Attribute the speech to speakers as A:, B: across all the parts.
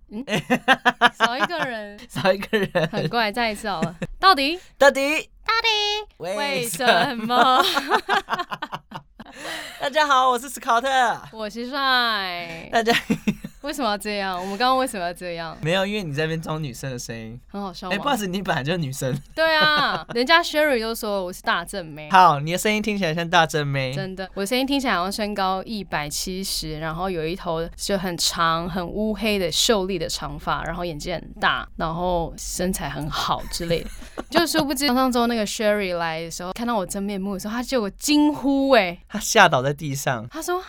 A: 嗯，少一个人，
B: 少一个
A: 很
B: 人，
A: 怪，再一次好了。到底
B: 到底哎
A: 到底为
B: 么？
A: 什么？
B: 大家好，我是斯考特。
A: 我是帅，
B: 大家
A: 为什么要这样？我们刚刚为什么要这样？
B: 没有，因为你在那边装女生的声音。
A: 很好笑
B: 哎、
A: 吗？
B: 不好意思，你本来就是女生。
A: 对啊，人家 Sherry 都说我是大正妹，
B: 好，你的声音听起来像大正妹。
A: 真的，我的声音听起来好像身高一百七十，然后有一头就很长、很乌黑的秀丽的长发，然后眼睛很大，然后身材很好之 类的。就殊不知上周那个 Sherry 来的时候，看到我真面目的时候，他就我惊呼哎、
B: 她吓倒在地上。
A: 他说啊，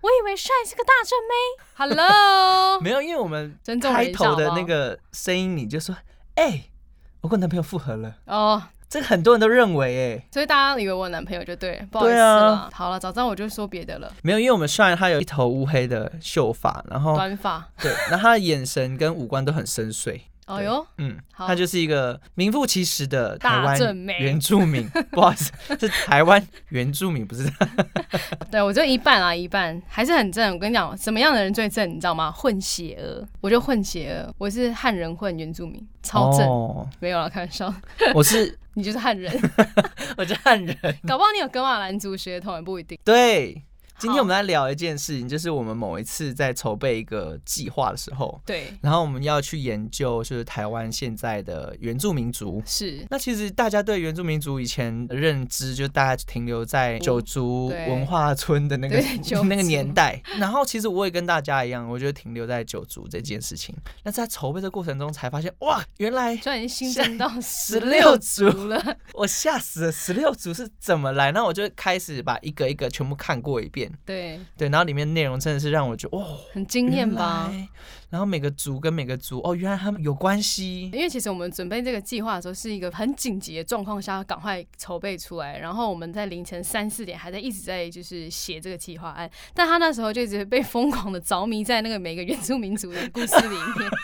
A: 我以为帅是个大正妹，Hello，
B: 没有，因为我们
A: 尊重人
B: 开
A: 一下
B: 头的
A: 好不好
B: 那个声音，你就说：“哎、我跟我男朋友复合了。
A: 哦。”
B: 这个很多人都认为、哎，
A: 所以大家以为我有男朋友就对了，不好意思
B: 对啊
A: 了。好了，早知道我就说别的了。
B: 没有，因为我们虽然他有一头乌黑的秀发，然后
A: 短发，
B: 对，然后他的眼神跟五官都很深邃。
A: 哦哟，
B: 嗯，
A: 好
B: 他就是一个名副其实的台
A: 大
B: 湾
A: 正妹
B: 原住民，不好意思，是台湾原住民，不是
A: 对我就一半啊，一半还是很正。我跟你讲，什么样的人最正，你知道吗？混血儿，我就混血儿，我是汉人混原住民，超正。
B: 哦、
A: 没有了，开玩笑，
B: 我是
A: 你就是汉人，
B: 我是汉人。
A: 搞不好你有格马兰族血统也不一定。
B: 对，今天
A: 好
B: 我们来聊一件事情，就是我们某一次在筹备一个计划的时候，
A: 对
B: 然后我们要去研究就是台湾现在的原住民族。
A: 是
B: 那其实大家对原住民族以前的认知，就大家停留在九族
A: 对
B: 文化村的那个
A: 对九
B: 那个
A: 族
B: 年代。然后其实我也跟大家一样，我就停留在九族这件事情。那在筹备的过程中才发现，哇，原来
A: 突然新增到十
B: 16
A: 族
B: 族
A: 了，
B: 我吓死了，十六族是怎么来？那我就开始把一个一个全部看过一遍，
A: 对，
B: 对，然后里面内容真的是让我觉得，哇、哦，
A: 很惊艳吧
B: 原？来？然后每个族跟每个族，哦，原来他们有关系。
A: 因为其实我们准备这个计划的时候，是一个很紧急的状况下，赶快筹备出来。然后我们在凌晨三四点还在一直在就是写这个计划案，但他那时候就一直被疯狂的着迷在那个每个原住民族的故事里面。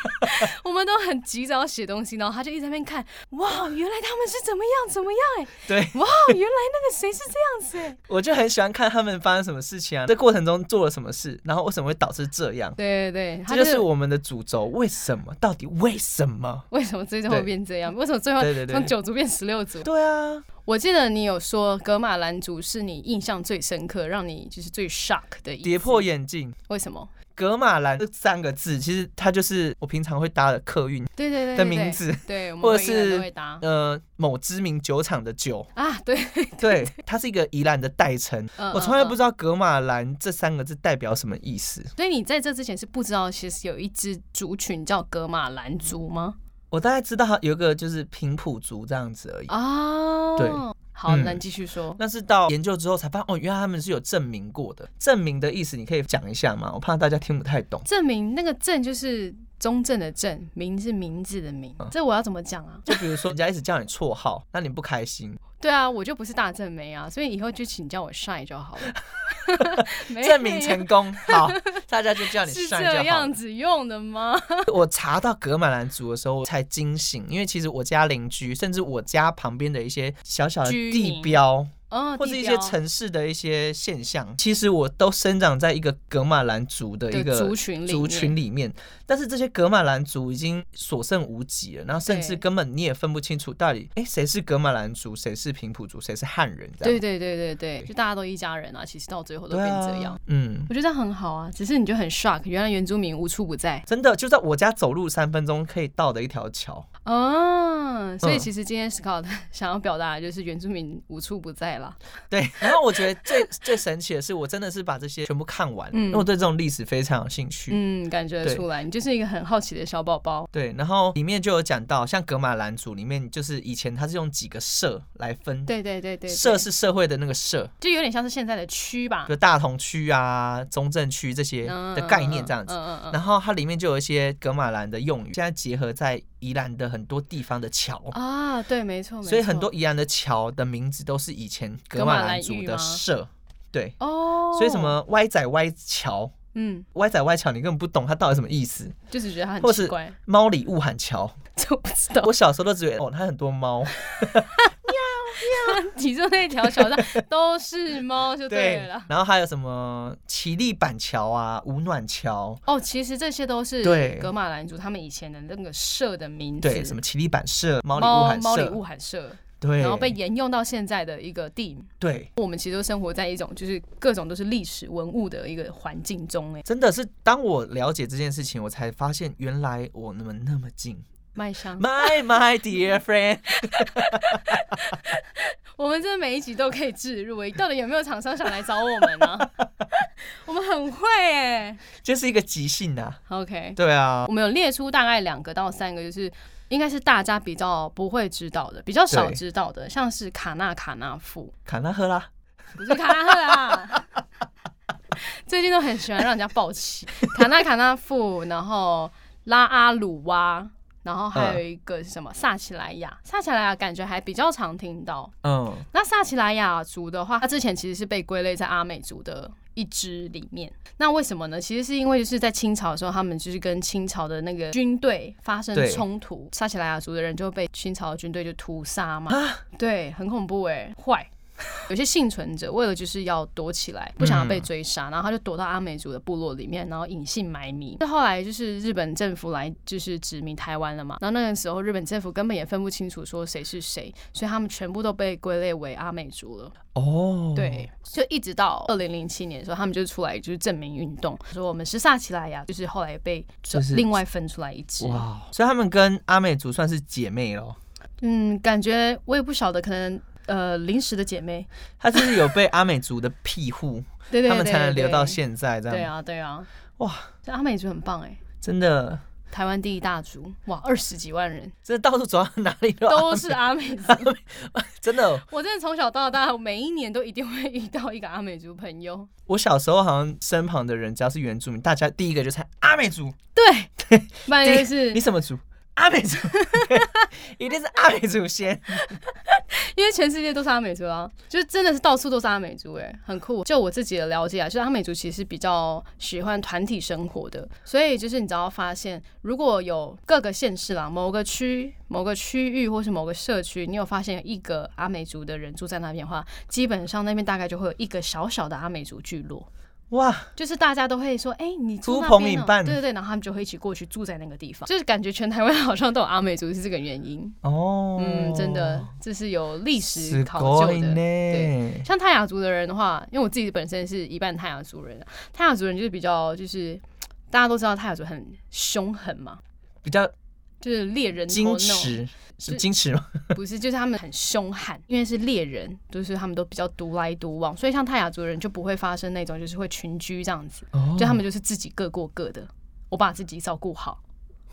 A: 我们都很急着要写东西，然后他就一直在那边看，哇，原来他们是怎么样怎么样哎、
B: 对，
A: 哇，原来那个谁是这样子哎、
B: 我就很喜欢看他们发生什么事情啊，这过程中做了什么事，然后为什么会导致这样。
A: 对对对，他
B: 这就是我们的主轴，为什么？到底为什么？
A: 为什么最后
B: 对
A: 变这样？为什么最后
B: 对对对
A: 从九族变十六族？
B: 对啊，
A: 我记得你有说格马兰族是你印象最深刻，让你就是最 shock 的一次
B: 跌破眼镜。
A: 为什么？
B: 格马兰这三个字，其实它就是我平常会搭的客运
A: 对对对
B: 的
A: 对对
B: 名字，
A: 对，我们
B: 或者
A: 会一人
B: 是
A: 都会答
B: 呃，某知名酒厂的 酒，
A: 啊，对，
B: 对，它是一个宜兰的代称。
A: 嗯
B: 我从来不。
A: 嗯
B: 知道格马兰这三个字代表什么意思。
A: 嗯所以你在这之前是不知道，其实有一支族群叫格马兰族吗？
B: 我大概知道它有一个就是平埔族这样子而已。
A: 哦，
B: 嗯对，
A: 好，
B: 嗯
A: 那你继续说。
B: 但是到研究之后才发现，哦，原来他们是有证明过的。证明的意思你可以讲一下吗？我怕大家听不太懂。
A: 证明那个证就是中正的正，名是名字的名
B: 嗯，
A: 这我要怎么讲啊？
B: 就比如说，人家一直叫你绰号，那你不开心，
A: 对啊，我就不是大正妹啊，所以以后就请叫我帅就 好了。 没有
B: 证明成 功，好，大家就叫你
A: 哎是
B: 帅
A: 这
B: 就好
A: 样
B: 了。
A: 子用的吗？
B: 我查到格马兰族的时候，我才惊醒，因为其实我家邻居，甚至我家旁边的一些小小的
A: 居
B: 地
A: 民
B: 标，
A: 哦，
B: 或是
A: 地
B: 一
A: 标
B: 些城市的一些现象，其实我都生长在一个格马兰族的一
A: 的
B: 个
A: 族群里
B: 族
A: 面
B: 群里面，但是这些格马兰族已经所剩无几了，然后甚至
A: 对
B: 根本你也分不清楚到底哎谁是格马兰族，谁是平埔族，谁是汉人这
A: 对
B: 样。
A: 对对对对，就大家都一家人啊，其实到最后都变这样。
B: 啊，嗯，
A: 我觉得这样很好啊，只是你就很 shock，原来原住民无处不在
B: 真的就在我家走路三分钟可以到的一条 桥。
A: 哦。所以
B: 嗯
A: 其实今天 Scott 想要表达的就是原住民无处不在啦。
B: 对，然后我觉得最最神奇的是，我真的是把这些全部看完，
A: 嗯
B: 因为我对这种历史非常有兴趣。
A: 嗯，感觉得出来，你就是一个很好奇的小宝宝。
B: 对，然后里面就有讲到，像格马兰族里面，就是以前它是用几个社来分，
A: 对对对对对
B: 社是社会的那个社，
A: 就有点像是现在的区吧
B: 就大同区啊、中正区这些
A: 嗯
B: 的概念这样子。
A: 嗯嗯嗯嗯嗯
B: 然后它里面就有一些格马兰的用语，现在结合在宜兰的很多地方的桥。
A: 啊，对，没错，没
B: 所以很
A: 错
B: 多宜兰的桥的名字都是以前
A: 格
B: 格
A: 马
B: 马
A: 兰
B: 兰
A: 屿
B: 族
A: 吗
B: 的社，对，
A: 哦，
B: 所以什么歪仔歪桥、
A: 嗯，
B: 歪仔歪桥，你根本不懂它到底什么意思。
A: 就是觉得他很
B: 或
A: 奇
B: 是
A: 怪，
B: 猫里雾喊桥，
A: 这我不知道。
B: 我小时候都只以为哦，它很多猫，
A: 其中那条桥上都是猫 就对了。
B: 然后还有什么奇力板桥啊、五暖桥，
A: 哦，其实这些都是
B: 对
A: 格马兰族他们以前的那个社的名字，
B: 对，什么奇力板社、猫里雾
A: 嗯猫
B: 喊
A: 猫里
B: 社
A: 雾，喊社，
B: 对，
A: 然后被沿用到现在的一个地名。
B: 对，
A: 我们其实都生活在一种就是各种都是历史文物的一个环境中，哎，
B: 真的是当我了解这件事情，我才发现原来我们那么 近。
A: 麦香。
B: My my dear friend，
A: 我们这每一集都可以置入，哎，到底有没有厂商想来找我们呢、 我们很会哎。
B: 就是一个即兴啊，
A: OK，
B: 对啊，
A: 我们有列出大概两个到三个，就是应该是大家比较不会知道的、比较少
B: 对
A: 知道的，像是卡纳卡纳富，
B: 卡纳赫拉，
A: 不是卡纳赫啦。最近都很喜欢让人家抱起卡纳卡纳富，然后拉阿鲁哇，然后还有一个是什么萨奇莱雅，萨奇莱雅感觉还比较常听到。
B: 嗯，
A: 那萨奇莱雅族的话，它之前其实是被归类在阿美族的一支里面。那为什么呢？其实是因为就是在清朝的时候，他们就是跟清朝的那个军队发生
B: 对
A: 冲突，萨奇莱雅族的人就被清朝的军队就屠杀嘛。对，很恐怖哎、坏。有些幸存者为了就是要躲起来，不想要被追
B: 嗯
A: 杀，然后他就躲到阿美族的部落里面，然后隐姓埋名。那后来就是日本政府来就是殖民台湾了嘛，然后那个时候日本政府根本也分不清楚说谁是谁，所以他们全部都被归类为阿美族了。
B: 哦，
A: 对，，就一直到二零零七年的时候，他们就出来就是证明运动，说我们是萨奇莱雅，就是后来被
B: 就是
A: 另外分出来一支。
B: 哇，所以他们跟阿美族算是姐妹咯。
A: 嗯，感觉我也不晓得，可能呃临时的姐妹，
B: 他就是有被阿美族的庇护，
A: 对对对
B: 他们才能留到
A: 对
B: 现在这
A: 对
B: 样。
A: 啊，对啊，
B: 哇，
A: 这阿美族很棒哎，
B: 真的，
A: 台湾第一大族，哇，二十几万 人
B: 真的到处走到哪里都
A: 都 是啊阿美族。
B: 真的。
A: 我真的从小到大，我每一年都一定会遇到一个阿美族朋友。
B: 我小时候好像身旁的人只要是原住民，大家第一个就猜阿 美族，
A: 对，不然哎就是
B: 你什么族？阿美族， 一定是阿美族先。
A: 因为全世界都是阿美族啊，就是真的是到处都是阿美族、哎，很酷。就我自己的了解啊，就是阿美族其实比较喜欢团体生活的，所以就是你只要发现，如果有各个县市啦、某个区、某个区域或是某个社区，你有发现一个阿美族的人住在那边的话，基本上那边大概就会有一个小小的阿美族聚落。
B: 哇，
A: 就是大家都会说，哎、你住
B: 呼
A: 那
B: 朋
A: 边
B: 引
A: 哦
B: 伴
A: 对对对，然后他们就会一起过去住在那个地方，就是感觉全台湾好像都有阿美族是这个原因。
B: 哦，
A: 嗯，真的，这是有历史
B: 是
A: 考
B: 高
A: 究的。
B: 呢。
A: 像泰雅族的人的话，因为我自己本身是一半泰雅族人，啊泰雅族人就是比较就是大家都知道泰雅族很凶狠嘛，
B: 比较
A: 就是猎人头
B: 矜
A: 那种，
B: 持，是
A: 就
B: 矜持吗？
A: 不是，就是他们很凶悍，因为是猎人，就是他们都比较独来独往，所以像泰雅族人就不会发生那种就是会群居这样子，
B: 哦
A: 就他们就是自己各过各的，我把自己照顾好，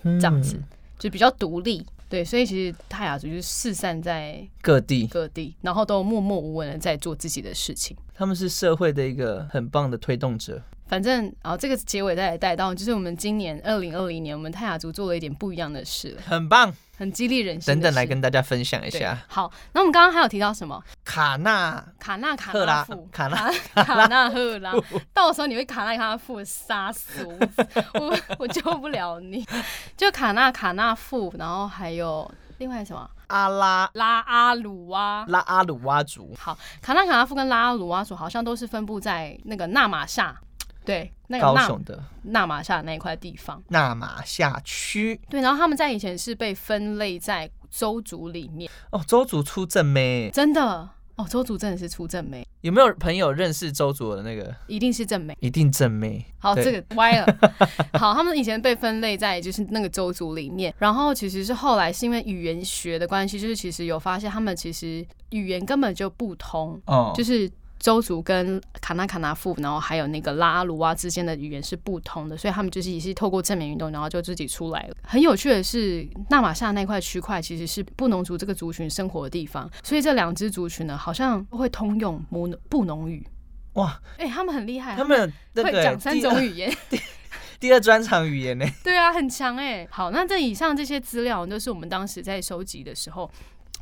B: 这
A: 这样子就比较独立。对，所以其实泰雅族就是四散在
B: 各地
A: 各地，然后都默默无闻的在做自己的事情。
B: 他们是社会的一个很棒的推动者。
A: 反正啊、这个结尾再来带到，就是我们今年二零二零年，我们泰雅族做了一点不一样的事了，
B: 很棒，
A: 很激励人心的事。
B: 等等来跟大家分享一
A: 对
B: 下
A: 好，那我们刚刚还有提到什么？
B: 卡纳
A: 卡纳卡
B: 赫
A: 纳
B: 拉
A: 富。
B: 卡纳，
A: 卡 卡纳赫拉，到时候你会卡纳卡纳富杀死我，我我救不了你。就卡纳卡纳富，然后还有另外什么
B: 阿拉
A: 拉阿鲁啊哇，
B: 拉阿鲁哇族，
A: 好，卡纳卡纳夫跟拉阿鲁瓦族好像都是分布在那个纳马夏，对，那个
B: 高
A: 纳
B: 雄的
A: 纳马夏那一块地方。
B: 纳马夏区。
A: 对，然后他们在以前是被分类在周族里面，
B: 哦，周族出阵没？
A: 真的哦，周族真的是出正妹，
B: 有没有朋友认识周族的那个？
A: 一定是正妹。
B: 一定正妹。
A: 好，
B: 对
A: 这个歪了。 好，他们以前被分类在就是那个周族里面，然后其实是后来是因为语言学的关系，就是其实有发现他们其实语言根本就不通，
B: 哦，
A: 就是周族跟卡纳卡纳富，然后还有那个拉阿鲁哇之间的语言是不通的，所以他们就是也是透过证明运动，然后就自己出来了。很有趣的是，纳马夏那块区块其实是布农族这个族群生活的地方，所以这两支族群呢，好像会通用母布农语。
B: 哇，
A: 哎、他们很厉害，
B: 他们那
A: 会
B: 个
A: 讲三
B: 第
A: 种语言，
B: 第二专场语言呢、
A: 对啊，很强哎、好，那这以上这些资料都是我们当时在收集的时候。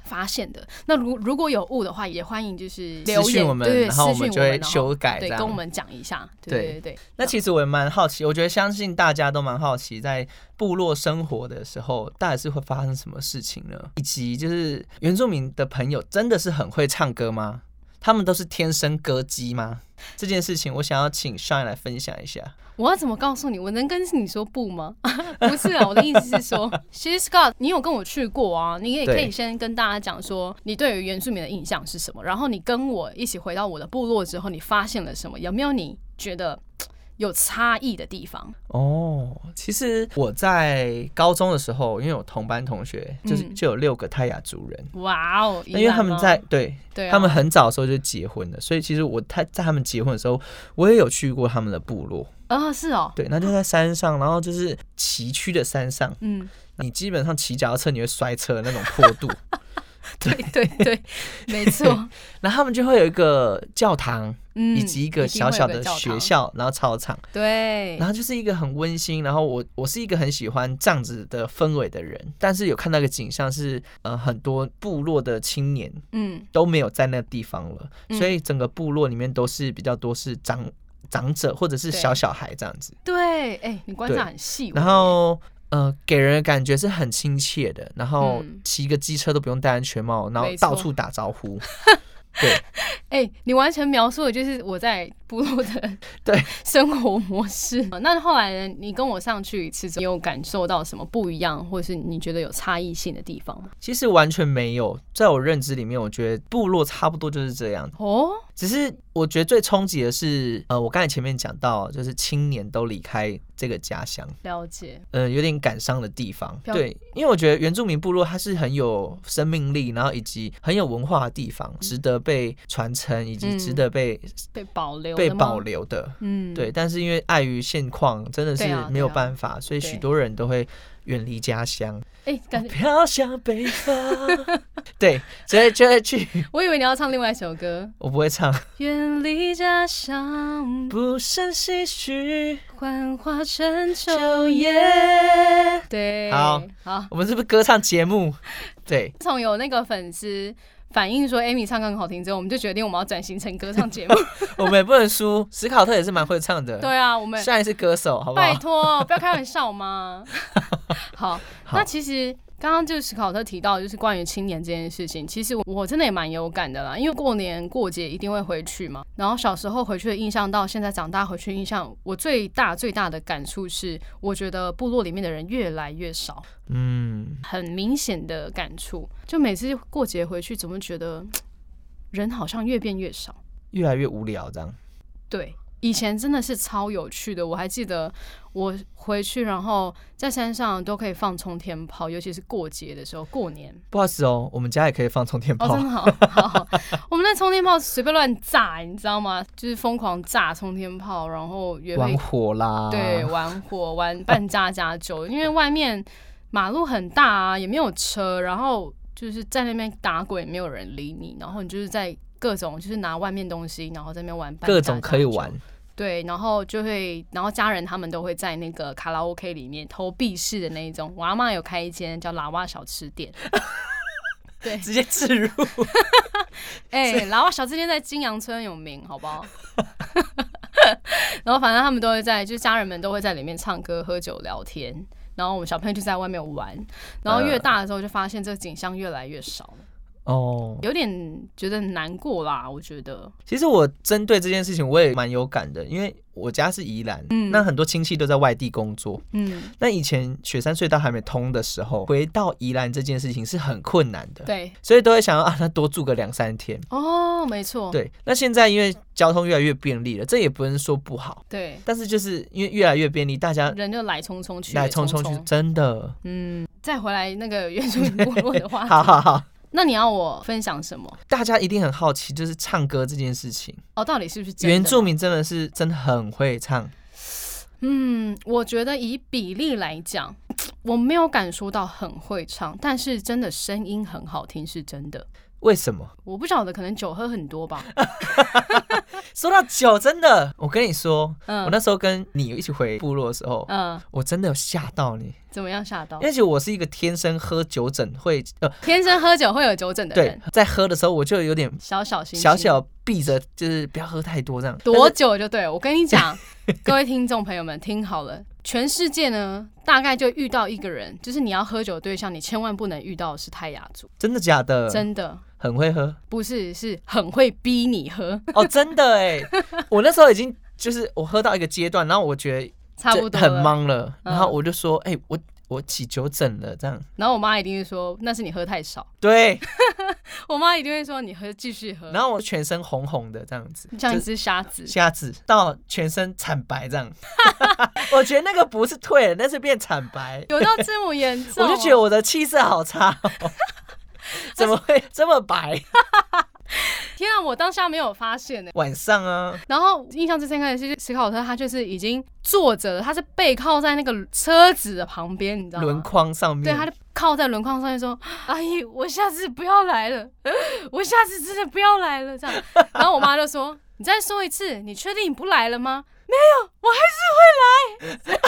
A: 发现的那如如果有误的话，也欢迎就是留
B: 私
A: 言
B: 讯我们
A: 对，对
B: 然后我
A: 私
B: 们
A: 讯
B: 就会
A: 然后
B: 修改这
A: 对，
B: 样。
A: 跟我们讲一下，对对对。
B: 那其实我也蛮好奇，我觉得相信大家都蛮好奇，在部落生活的时候，到底是会发生什么事情呢？以及就是原住民的朋友真的是很会唱歌吗？他们都是天生歌姬吗？这件事情，我想要请 Shine 来分享一下。
A: 我要怎么告诉你？我能跟你说不吗？ 不是啊，我的意思是 说，其实 Scott，你有跟我去过啊，你也可以
B: 对
A: 先跟大家讲说，你对于原住民的印象是什么，然后你跟我一起回到我的部落之后，你发现了什么？有没有你觉得嘖有差异的地方？
B: 哦，其实我在高中的时候，因为我同班同学就是
A: 嗯
B: 就有六个泰雅族人，
A: 哇哦，
B: 那因为他们
A: 宜
B: 在
A: 兰吗
B: 对
A: 对、啊、
B: 他们很早的时候就结婚了，所以其实我他在他们结婚的时候，我也有去过他们的部落。
A: 啊、是哦，
B: 对，那就在山上，然后就是崎岖的山上，
A: 嗯，
B: 你基本上骑脚踏车你会摔车的那种坡度。
A: 对对对，没 错，
B: 然后他们就会有一个教堂，
A: 嗯，
B: 以及一个
A: 一定
B: 小
A: 会
B: 小
A: 有
B: 的
A: 个教
B: 学
A: 堂，
B: 校，然后操场，
A: 对
B: 然，后就是一个很温馨。然后我我是一个很喜欢这样子的氛围的人，但是有看到一个景象是，呃，很多部落的青年
A: 嗯
B: 都没有在那地方了，
A: 嗯
B: 所以整个部落里面都是比较多是长长者或者是
A: 对
B: 小小孩这样子。
A: 对，哎、你观
B: 对
A: 察很细微耶，
B: 然后呃，给人的感觉是很亲切的，然后
A: 嗯
B: 骑个机车都不用戴安全帽，然后
A: 没错
B: 到处打招呼。对，
A: 哎、你完全描述的就是我在部落的
B: 对
A: 生活模 式。那后来呢？你跟我上去一次之后，你有感受到什么不一样，或者是你觉得有差异性的地方吗？
B: 其实完全没有，在我认知里面，我觉得部落差不多就是这样。
A: 哦，
B: 只是我觉得最冲击的是，呃，我刚才前面讲到，就是青年都离开这个家乡，
A: 了解，
B: 嗯、有点感伤的地方。
A: 表
B: 对，因为我觉得原住民部落它是很有生命力，然后以及很有文化的地方，值得被传承，以及
A: 嗯
B: 值得被、
A: 被保留，
B: 被保，留的。
A: 嗯，
B: 对，，但是因为碍于现况，真的是
A: 对啊
B: 没有
A: 对啊
B: 办法，所以许
A: 对
B: 多人都会远离家乡，
A: 哎、 感觉
B: 飘向北方。 对，所以就会去。
A: 我以为你要唱另外一首歌，
B: 我不会唱，
A: 远离家乡，
B: 不胜唏嘘。
A: 幻化成秋
B: 秋
A: 叶
B: 叶。
A: 对，
B: 好，
A: 好，
B: 我们是不是歌唱节目？对，
A: 自从有那个粉丝反映说 Amy 唱歌很好听之后，我们就决定我们要转型成歌唱 节目。
B: 我们也不能输。史考特也是蛮会唱的，，
A: 对啊，我们
B: 虽然是歌手，好不
A: 拜
B: 好？
A: 托，不要开玩笑 嘛。好，那其实刚刚就是史考特提到，就是关于青年这件事情，其实我我真的也蛮有感的啦，因为过年过节一定会回去嘛。然后小时候回去的印象，到现在长大回去的印象，我最大最大的感触是，我觉得部落里面的人越来越少，
B: 嗯，
A: 很明显的感触。就每次过节回去，怎么觉得人好像越变越少？
B: 越来越无聊这样。
A: 对，以前真的是超有趣的。我还记得我回去，然后在山上都可以放冲天炮，尤其是过节的时候，过年
B: 不好意思哦，我们家也可以放冲天
A: 哦，
B: 炮。
A: 真的好好好。我们那冲天炮随便乱炸，你知道吗？就是疯狂炸冲天炮，然后也
B: 玩
A: 会
B: 火啊啦！
A: 对，玩火、玩半家家酒，因为外面马路很大啊，也没有车，然后就是在那边打滚，没有人理你，然后你就是在。各种就是拿外面东西，然后在那边玩扮
B: 各
A: 家
B: 种
A: 家
B: 可以
A: 酒
B: 玩。
A: 对，然后就会，然后家人他们都会在那个卡拉 OK 里面投币式的那一种。我阿妈有开一间叫喇哇小吃店，对，
B: 直接置 入，
A: 哎、喇哇小吃店在金阳村有名，好不好？ 然后反正他们都会在，就是家人们都会在里面唱歌、喝酒、聊天。然后我们小朋友就在外面玩，然
B: 呃
A: 后越大的时候就发现这个景象越来越少了，
B: 哦，
A: 有点觉得很难过啦。我觉得，
B: 其实我针对这件事情我也蛮有感的，因为我家是宜兰，
A: 嗯
B: 那很多亲戚都在外地工作。
A: 嗯，
B: 那以前雪山隧道还没通的时候，回到宜兰这件事情是很困难的，
A: 对，
B: 所以都会想要啊，那多住个两三天。
A: 哦，没错，
B: 对，那现在因为交通越来越便利了，这也不能说不好，
A: 对，
B: 但是就是因为越来越便利，大家
A: 人就来匆匆嗯去，
B: 呃来
A: 匆
B: 匆匆去，真的，
A: 嗯，再回来那个原住民部落啊的话，
B: 好好好，
A: 那你要我分享什么？
B: 大家一定很好奇，就是唱歌这件事情，
A: 哦，到底是不是真的
B: 原住？民真的是真的很会唱，
A: 嗯，我觉得以比例来讲，我没有感受到很会唱，但是真的声音很好听是真的。
B: 为什么？
A: 我不晓得，可能酒喝很多 吧。
B: 说到酒，真的，我跟你说，
A: 嗯
B: 我那时候跟你一起回部落的时候，
A: 嗯，哦
B: 我真的有吓到你，
A: 怎么样吓到
B: 因？为其实我是一个天生喝酒疹会呃，
A: 天生喝酒会有酒疹的
B: 对
A: 人，，
B: 在喝的时候我就有点
A: 小小心心
B: 小小避着，就是不要喝太多这样。
A: 多久就对了我跟你讲， 各位听众朋友们听好了，全世界呢大概就遇到一个人，就是你要喝酒的对象，你千万不能遇到的是泰雅族，
B: 真的假的？
A: 真的
B: 很会喝
A: 不是是很会逼你喝，
B: 哦，真的 哎！我那时候已经就是我喝到一个阶段，然后我觉得
A: 差
B: 这
A: 不多
B: 很
A: 了。
B: 懵了，
A: 嗯
B: 然后我就说：“哎、我我起酒疹了。”这样
A: 然后我妈一定会说那是你喝太少，
B: 对，
A: 我妈一定会说你喝继续喝，
B: 然后我全身红红的这样子，
A: 像
B: 就
A: 一
B: 是
A: 只瞎子。
B: 瞎子到全身惨白这样。我觉得那个不是退了，那是变惨白。
A: 有到这么严重、
B: 我就觉得我的气色好差、 哦，怎么会 这么白？
A: 天啊，我当下没有发现呢、欸
B: 晚上啊，
A: 然后印象最深刻的是史考特，他就是已经坐着了，他是背靠在那个车子的旁边，你知道吗？
B: 轮框上
A: 啊
B: 面，
A: 对，他就靠在轮框上面说：“ 阿姨，我下次不要来了， 我下次真的不要来了。”这 样，然后我妈就说：“你再说一次，你确定你不来了吗？”没有，我还是会 来。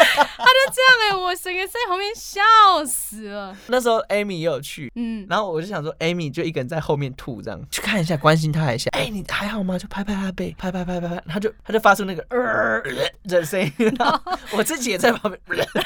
A: 他就这样哎、我整个在旁边笑死了。
B: 那时候 Amy 也有去，
A: 嗯，
B: 然后我就想说，Amy 就一个人在后面吐，这样去看一下，关心她一
A: 嗯
B: 下。哎、你还好吗？就拍拍她的背，拍拍拍拍拍，她就她就发出那个呃呃的 声音，然后我自己也在旁边，呃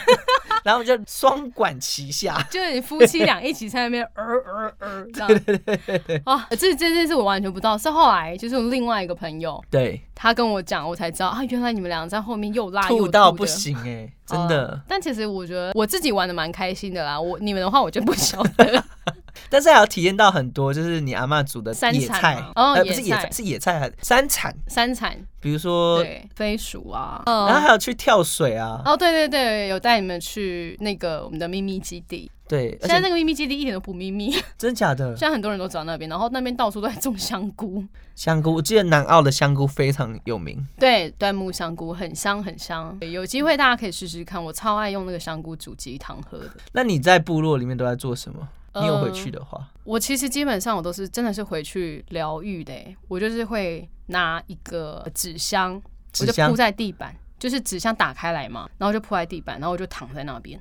B: 然后我就双管齐下。
A: 就是夫妻俩一起在那边 呃呃呃这样。啊，这这件事我完全不知道，是后来就是我另外一个朋友
B: 对，
A: 他跟我讲，我才知道啊，原来你们俩在后面又辣又
B: 吐到
A: 的哦
B: 不行哎、真的。
A: 嗯但其实我觉得我自己玩的蛮开心的啦，我你们的话我就不晓得。
B: 但是还有体验到很多，就是你阿嬷煮的
A: 山
B: 野
A: 产
B: 菜
A: 吗，哦
B: 呃，不是
A: 野
B: 野
A: 菜
B: 菜，是野菜还是山产，
A: 三产
B: 比如说，
A: 对飞鼠啊，
B: 然
A: 嗯，
B: 后还有去跳水啊，
A: 哦对对对，有带你们去那个我们的秘密基地，
B: 对，而
A: 现在
B: 且
A: 那个秘密基地一点都不秘密， 现
B: 真假的
A: 在很多人都走到那边，然后那边到处都在种香菇，
B: 香菇，我记得南澳的香菇非常有名，
A: 对，椴木香菇很香很香，对有机会大家可以试试看，我超爱用那个香菇煮鸡汤喝的。
B: 那你在部落里面都在做什么？
A: 呃
B: 你有回去
A: 的？
B: 的话，
A: 我其实基本上我都是真的是回去疗愈的欸，我就是会拿一个纸箱，我
B: 纸
A: 就铺
B: 箱
A: 在地板，就是纸箱打开来嘛，然后就铺在地板，然后我就躺在那边。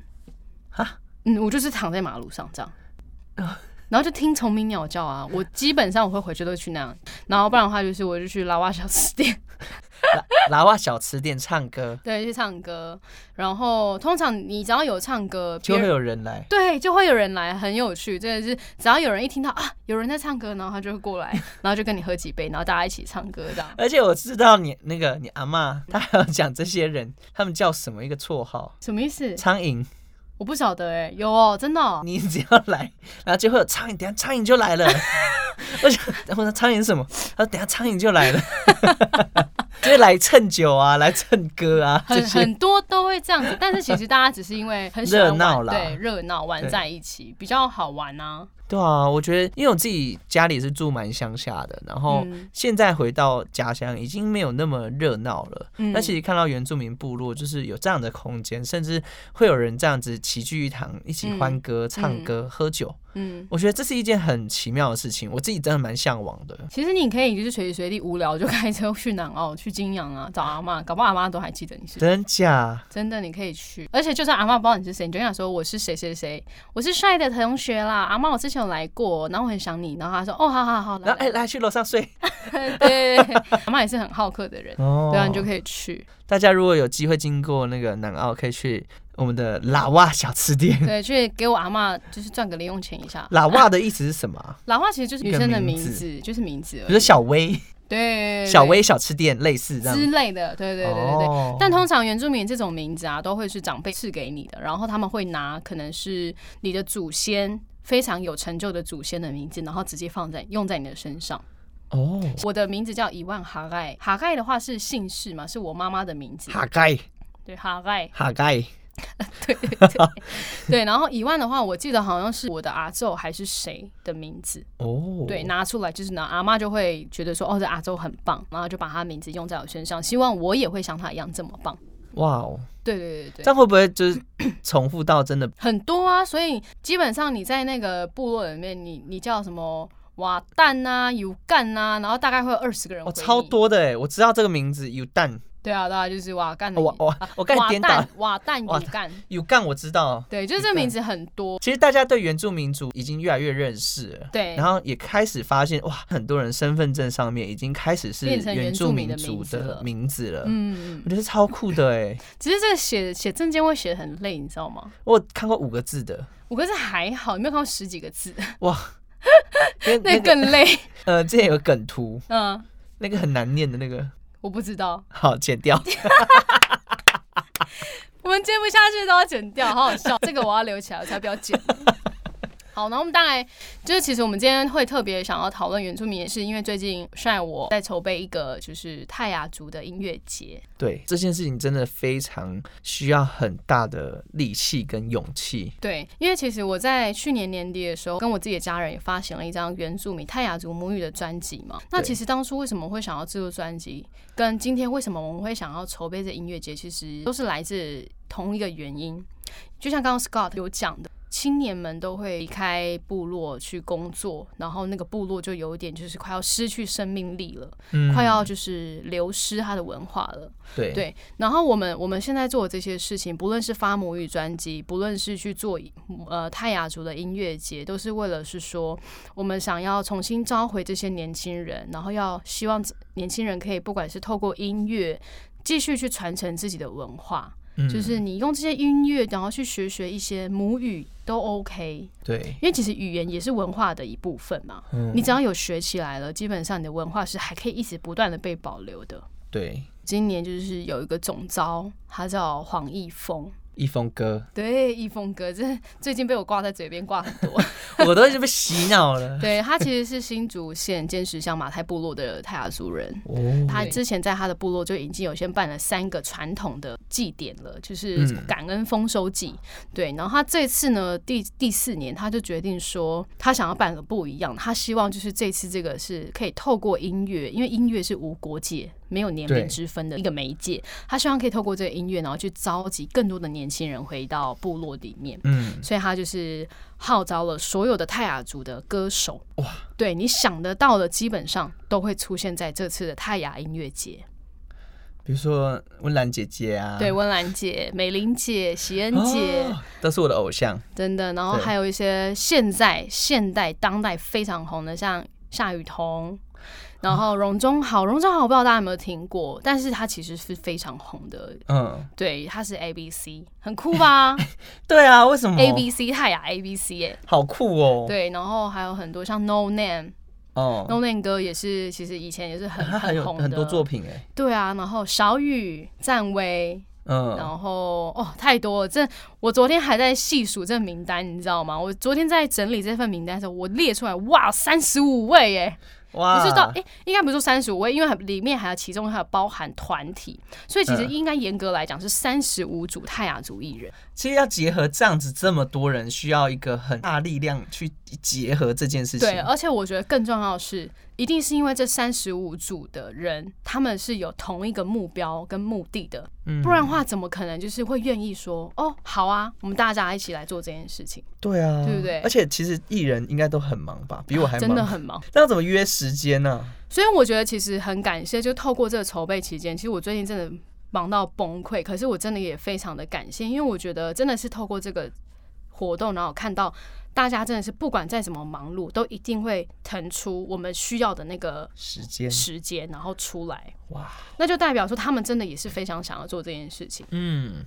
B: 哈，哦
A: 嗯，我就是躺在马路上这样，然后就听虫鸣鸟叫啊。我基本上我会回去都去那样，然后不然的话就是我就去拉瓦小吃店，
B: 拉瓦小吃店唱歌
A: 对，去唱歌。然后通常你只要有唱歌，
B: 就
A: 别
B: 会
A: 人
B: 有人来。
A: 对，就会有人来，很有趣。真的是，只要有人一听到啊，有人在唱歌，然后他就会过 来，然后就跟你喝几杯，然后大家一起唱歌这样。
B: 而且我知道你那个你阿嬷，她还有讲这些人他们叫什么一个绰号，
A: 什么意思？
B: 苍蝇。
A: 我不晓得哎、有哦，真的、哦。
B: 你只要来，然后就会有苍蝇，等下苍蝇就 来了。我想，然后苍蝇是什么？他说等下苍蝇就来 了，就是来蹭酒啊，来蹭歌啊这
A: 很
B: 些。
A: 很多都会这样子，但是其实大家只是因为很喜欢
B: 热闹
A: 玩
B: 啦
A: 对，热闹玩
B: 对
A: 在一起比较好玩啊。
B: 对啊，我觉得因为我自己家里是住蛮乡下的，然后
A: 嗯
B: 现在回到家乡已经没有那么热闹了。
A: 嗯
B: 那其实看到原住民部落，就是有这样的空间，甚至会有人这样子齐聚一堂，一起欢歌、唱歌、喝酒。
A: 嗯，
B: 我觉得这是一件很奇妙的事情，我自己真的蛮向往的。
A: 其实你可以就是随时随地无聊就开车去南澳、去金阳啊，找阿妈，搞不好阿妈都还记得你是谁
B: 真假？
A: 真的，你可以去。而且就算阿妈不知道你是谁，你就跟她说我是谁谁谁，我是帅的同学啦。阿妈，我之前有来过，然后我很想你，然后她说哦，好好好，来
B: 然后哎、来去楼上睡。
A: 来对对对，对阿妈也是很好客的人。
B: 哦
A: 对啊，你就可以去，
B: 大家如果有机会经过那个南澳，可以去我们的喇哇小吃店。
A: 对，去给我阿妈就是赚个零用钱一下。
B: 喇哇的意思是什么 啊？
A: 老话其实就是女生的名
B: 一个名
A: 字，就是名字而已，
B: 比如说小薇、
A: 对对对
B: 小薇小吃店，类似这样。
A: 之类的，对对对对对。
B: 哦
A: 但通常原住民这种名字啊，都会是长辈赐给你的，然后他们会拿可能是你的祖先非常有成就的祖先的名字，然后直接放在用在你的身上。
B: 哦，
A: 我的名字叫伊万哈盖，哈盖的话是姓氏嘛，是我妈妈的名字。
B: 哈盖
A: 对，哈盖，
B: 哈盖，
A: 对对对对。然后伊万的话，我记得好像是我的阿昼还是谁的名字，
B: 哦，
A: 对，拿出来就是拿阿妈就会觉得说，哦，这阿周很棒，然后就把他名字用在我身上，希望我也会像他一样这么棒。
B: 哇哦，
A: 对对对
B: 这
A: 对，
B: 样会不会就是重复到真的
A: 很多啊，所以基本上你在那个部落里面，你你叫什么瓦蛋啊、油干啊，然后大概会有二十个人
B: 哦，
A: 回
B: 超
A: 你。
B: 多的哎，我知道这个名字有蛋，
A: 对啊，对啊，就是瓦干的
B: 哦
A: 油、
B: 我我
A: 啊
B: 我刚才
A: 瓦
B: 颠倒了
A: 蛋、瓦 蛋
B: 瓦
A: 油干，
B: 有干我知道。
A: 对，就是这
B: 油
A: 个
B: 干
A: 名字很多。
B: 其实大家对原住民族已经越来越认识了，
A: 对，
B: 然后也开始发现哇，很多人身份证上面已经开始是
A: 变成原
B: 住
A: 住民的
B: 民族
A: 名字
B: 的
A: 了
B: 名字了。
A: 嗯，嗯
B: 我觉得超酷的哎，
A: 只是这个写写证件会写的很累，你知道吗？
B: 我有看过五个 字的，
A: 我可是还好，你没有看过十几个字，
B: 因为
A: 那
B: 那个
A: 更累。
B: 呃，之前有个梗图，
A: 嗯，
B: 那个很难念的那个，
A: 我不知道，
B: 好剪掉。
A: 我们接不下去都要剪掉，好好笑。这个我要留起来，我才不要剪。好，然后我们大概就是，其实我们今天会特别想要讨论原住民，也是因为最近帅我在筹备一个就是泰雅族的音乐节，
B: 对这件事情真的非常需要很大的力气跟勇气。
A: 对，因为其实我在去年年底的时候，跟我自己的家人也发行了一张原住民泰雅族母语的专辑嘛。那
B: 对
A: 其实当初为什么会想要制作专辑，跟今天为什么我们会想要筹备这音乐节，其实都是来自同一个原因。就像刚刚 Scott 有讲的，青年们都会离开部落去工作，然后那个部落就有一点就是快要失去生命力了，
B: 嗯
A: 快要就是流失它的文化了。
B: 对
A: 对，然后我们我们现在做的这些事情，不论是发母语专辑，不论是去做呃泰雅族的音乐节，都是为了是说我们想要重新召回这些年轻人，然后要希望年轻人可以不管是透过音乐继续去传承自己的文化，
B: 嗯
A: 就是你用这些音乐，然后去学学一些母语都 OK，
B: 对，
A: 因为其实语言也是文化的一部分嘛。
B: 嗯
A: 你只要有学起来了，基本上你的文化是还可以一直不断的被保留的。
B: 对
A: 今年就是有一个总招，他叫黄奕峰。
B: 一峰哥，
A: 对，奕峰哥，这 最近被我挂在嘴边挂很 多。
B: 我都已经被洗脑了。
A: 对他其实是新竹县尖石乡马太部落的泰雅族人，
B: 哦，
A: 他之前在他的部落就已经有先办了三个传统的祭典了，就是
B: 嗯
A: 感恩丰收祭。对，然后他这次呢，第第四年他就决定说，他想要办个不一样的，他希望就是这次这个是可以透过音乐，因为音乐是无国界、没有年
B: 对
A: 龄之分的一个媒介，他希望可以透过这个音乐，然后去召集更多的年轻人回到部落里面。
B: 嗯，
A: 所以他就是号召了所有的泰雅族的歌手，
B: 哇，
A: 对你想得到的，基本上都会出现在这次的泰雅音乐节。
B: 比如说温岚姐姐啊，
A: 对，温岚姐、美玲姐、喜恩
B: 哦
A: 姐，
B: 都是我的偶像。
A: 真的，然后
B: 对
A: 还有一些现在、现代、当代非常红的，像夏雨桐。然后容中好，容中好，我不知道大家有没有听过，但是他其实是非常红的，
B: 嗯，
A: 对，他是 A B C，很酷 吧
B: 对啊，为什么
A: ？A B C 泰雅 A B C 耶，
B: 好酷哦？，
A: 对，然后还有很多像 No Name，No
B: 哦，
A: Name 哥也是，其实以前也是很
B: 他很有
A: 红的
B: 很多作，品哎，
A: 对啊，然后小雨、赞威，
B: 嗯，
A: 然后哦太多了，这我昨天还在细数这名单，你知道吗？我昨天在整理这份名单的时候，我列出来，哇，三十五位耶，
B: 哇，
A: 不是到哎、应该不是说三十五位，因为还里面还有其中还有包含团体，所以其实
B: 嗯
A: 应该严格来讲是三十五组泰雅族艺人，
B: 其实要结合这样子这么多人，需要一个很大力量去结合这件事情。
A: 对，而且我觉得更重要的是，一定是因为这三十五组的人，他们是有同一个目标跟目的的，
B: 嗯
A: 不然的话，怎么可能就是会愿意说哦，好啊，我们大家一起来做这件事情？
B: 对啊，
A: 对不对
B: 而且其实艺人应该都很忙吧，比我还忙。
A: 真的很忙。
B: 那要怎么约时间呢、
A: 所以我觉得其实很感谢，就透过这个筹备期间，其实我最近真的忙到崩溃，可是我真的也非常的感谢，因为我觉得真的是透过这个活动，然后看到大家真的是不管再怎么忙碌，都一定会腾出我们需要的那个
B: 时间
A: 时间，然后出来，
B: 哇，
A: 那就代表说他们真的也是非常想要做这件事情。
B: 嗯，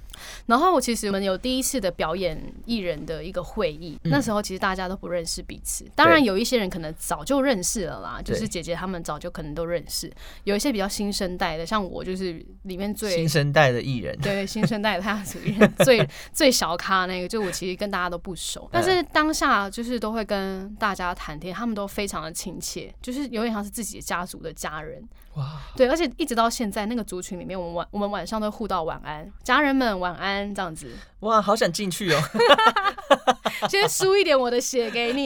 A: 然后其实我们有第一次的表演艺人的一个会议，
B: 嗯
A: 那时候其实大家都不认识彼此，当然有一些人可能早就认识了啦，
B: 对
A: 就是姐姐他们早就可能都认识，有一些比较新生代的，像我就是里面最
B: 新。生代的艺人，
A: 对新生代的泰雅族艺人 最最小咖那个，就我其实跟大家都不
B: 嗯
A: 熟，但是当下就是都会跟大家谈天，他们都非常的亲切，就是有点像是自己的家族的家人。
B: 哇，
A: 对，而且一直到现在那个族群里面，我们晚我们晚上都互道晚安，家人们晚安这样子。
B: 哇，好想 进去哦。
A: 先输一点我的血给你，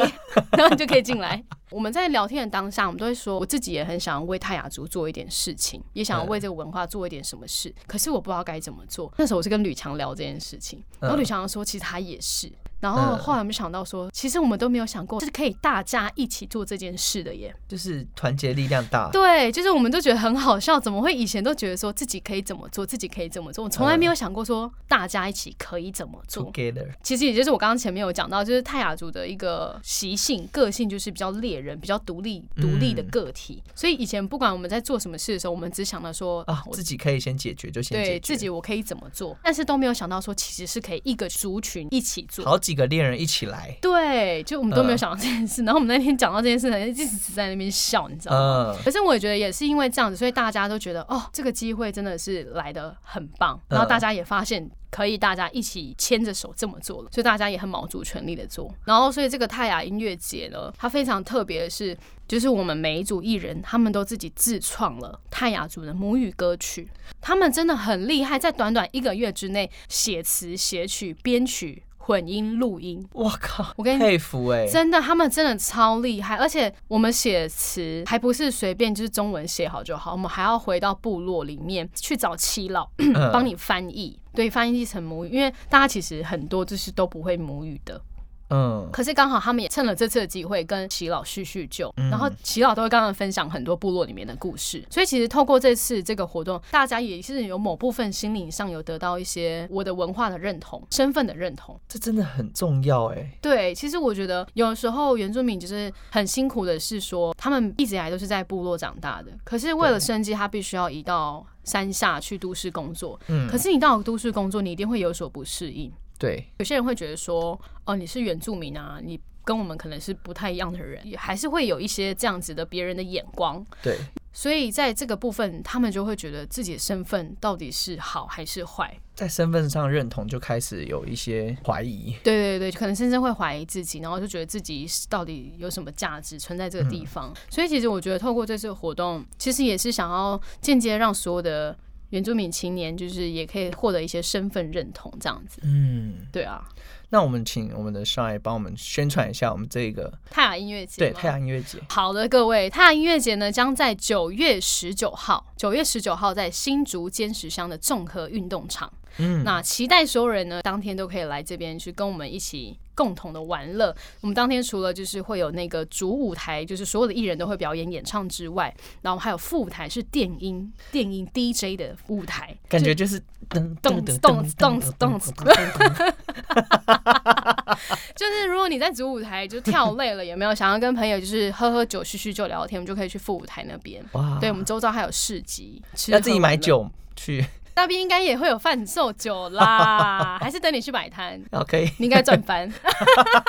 A: 然后你就可以进来。我们在聊天的当下，我们都会说，我自己也很想为泰雅族做一点事情，也想要为这个文化做一点什么事，可是我不知道该怎么做。那时候我是跟吕强聊这件事情，然后
B: 嗯
A: 吕强说，其实他也是。然后后来我们想到说，其实我们都没有想过，就是可以大家一起做这件事的耶。
B: 就是团结力量大。
A: 对，就是我们都觉得很好笑，怎么会以前都觉得说自己可以怎么做，自己可以怎么做，我从来没有想过说大家一起可以怎么做。
B: Together，
A: 其实也就是我刚刚前面有讲到，就是泰雅族的一个习性、个性，就是比较猎人、比较独立、独立的个体。所以以前不管我们在做什么事的时候，我们只想到说哦
B: 啊，
A: 我
B: 自己可以先解决就先解
A: 对
B: 决。
A: 自己我可以怎么做，但是都没有想到说其实是可以一个族群一起做。
B: 好几个恋人一起来，
A: 对，就我们都没有
B: 嗯
A: 想到这件事，然后我们那天讲到这件事，一直在那边笑，你知道吗？
B: 嗯，
A: 可是我也觉得也是因为这样子，所以大家都觉得哦，这个机会真的是来的很棒，然后大家也发现。可以，大家一起牵着手这么做了，所以大家也很卯足全力的做。然后，所以这个泰雅音乐节呢，它非常特别的是，就是我们每一组艺人，他们都自己自创了泰雅族的母语歌曲，他们真的很厉害，在短短一个月之内写词、写曲、编曲、混音、录音，
B: 我靠，
A: 我跟你
B: 佩服哎、
A: 真的，他们真的超厉害，而且我们写词还不是随便就是中文写好就好，我们还要回到部落里面去找耆老
B: 嗯
A: 帮你翻译，对，翻译成母语，因为大家其实很多就是都不会母语的，
B: 嗯，
A: 可是刚好他们也趁了这次的机会跟耆老叙叙旧，
B: 嗯
A: 然后耆老都会跟他们分享很多部落里面的故事，所以其实透过这次这个活动，大家也是有某部分心灵上有得到一些我的文化的认同、身份的认同。
B: 这真的很重要哎、
A: 对，其实我觉得有时候原住民就是很辛苦的是说，他们一直以来都是在部落长大的，可是为了生计，他必须要移到山下去都市工作。
B: 嗯
A: 可是你到了都市工作，你一定会有所不适应。
B: 对，
A: 有些人会觉得说，哦，你是原住民啊，你。跟我们可能是不太一样的人，也还是会有一些这样子的别人的眼光，
B: 对，
A: 所以在这个部分，他们就会觉得自己的身份到底是好还是坏。
B: 在身份上认同就开始有一些怀疑。
A: 对对对，可能甚至会怀疑自己，然后就觉得自己到底有什么价值存在这个地方。所以其实我觉得透过这次活动，其实也是想要间接让所有的原住民青年，就是也可以获得一些身份认同，这样子。
B: 嗯，
A: 对啊，
B: 那我们请我们的 Shine 帮我们宣传一下我们这个
A: 泰雅音乐节
B: 对
A: 吗
B: 太阳音乐节。
A: 好的，各位，太阳音乐节呢将在九月十九号，九月十九号在新竹尖石乡的综合运动场。
B: 嗯，
A: 那期待所有人呢，当天都可以来这边去跟我们一起共同的玩乐。我们当天除了就是会有那个主舞台，就是所有的艺人都会表演演唱之外，然后还有副舞台是电音，电音 DJ 的舞台，
B: 感觉就是噔
A: 动次动次动次动次。就是如果你在主舞台就跳累了，有没有想要跟朋友就是喝喝酒、叙叙旧、聊聊天，我们就可以去副舞台那边。
B: 哇，
A: 对我们周遭还有市集，吃
B: 要啊自己
A: 喝玩
B: 买
A: 乐，
B: 酒去，
A: 那边应该也会有贩售酒啦，还是等你去摆摊。
B: 然后可以
A: 你应该赚翻，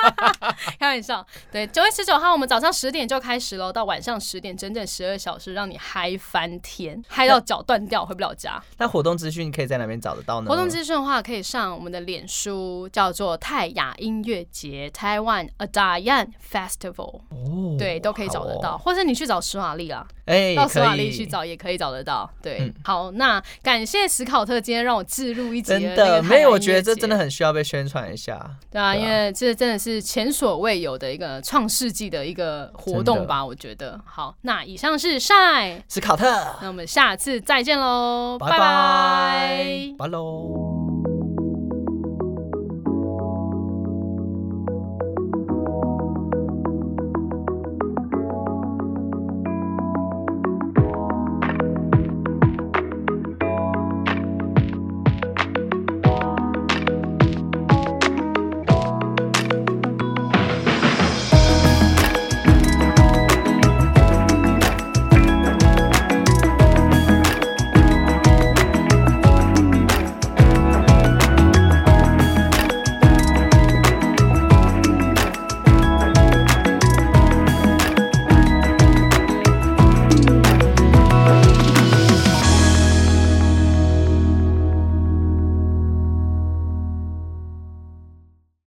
A: 开玩笑。对，九月十九号我们早上十点就开始喽，到晚上十点，整整十二小时，让你嗨翻天，嗨到脚断掉，回不了家。
B: 那活动资讯可以在哪边找得到呢？
A: 活动资讯的话，可以上我们的脸书，叫做泰雅音乐节 Taiwan a d a y a n Festival，、
B: 哦
A: 对，都可以找得到，
B: 好哦
A: 或是你去找史瓦利啦，
B: 哎，
A: 到史瓦
B: 可以
A: 利去，找也可以找得到。对，
B: 嗯
A: 好，那感谢史考特今天让我置入一节
B: 真
A: 那个
B: 的
A: 泰雅
B: 没有，我
A: 音
B: 觉
A: 乐
B: 得这
A: 节
B: 真的很需要被宣传一下。
A: 对啊，
B: 对啊
A: 因为这真的是前所未有的一个创世纪的一个活动吧，我觉得。好，那以上是晒，
B: 史考特，
A: 那我们下次再见喽，
B: 拜
A: 拜拜
B: 拜喽。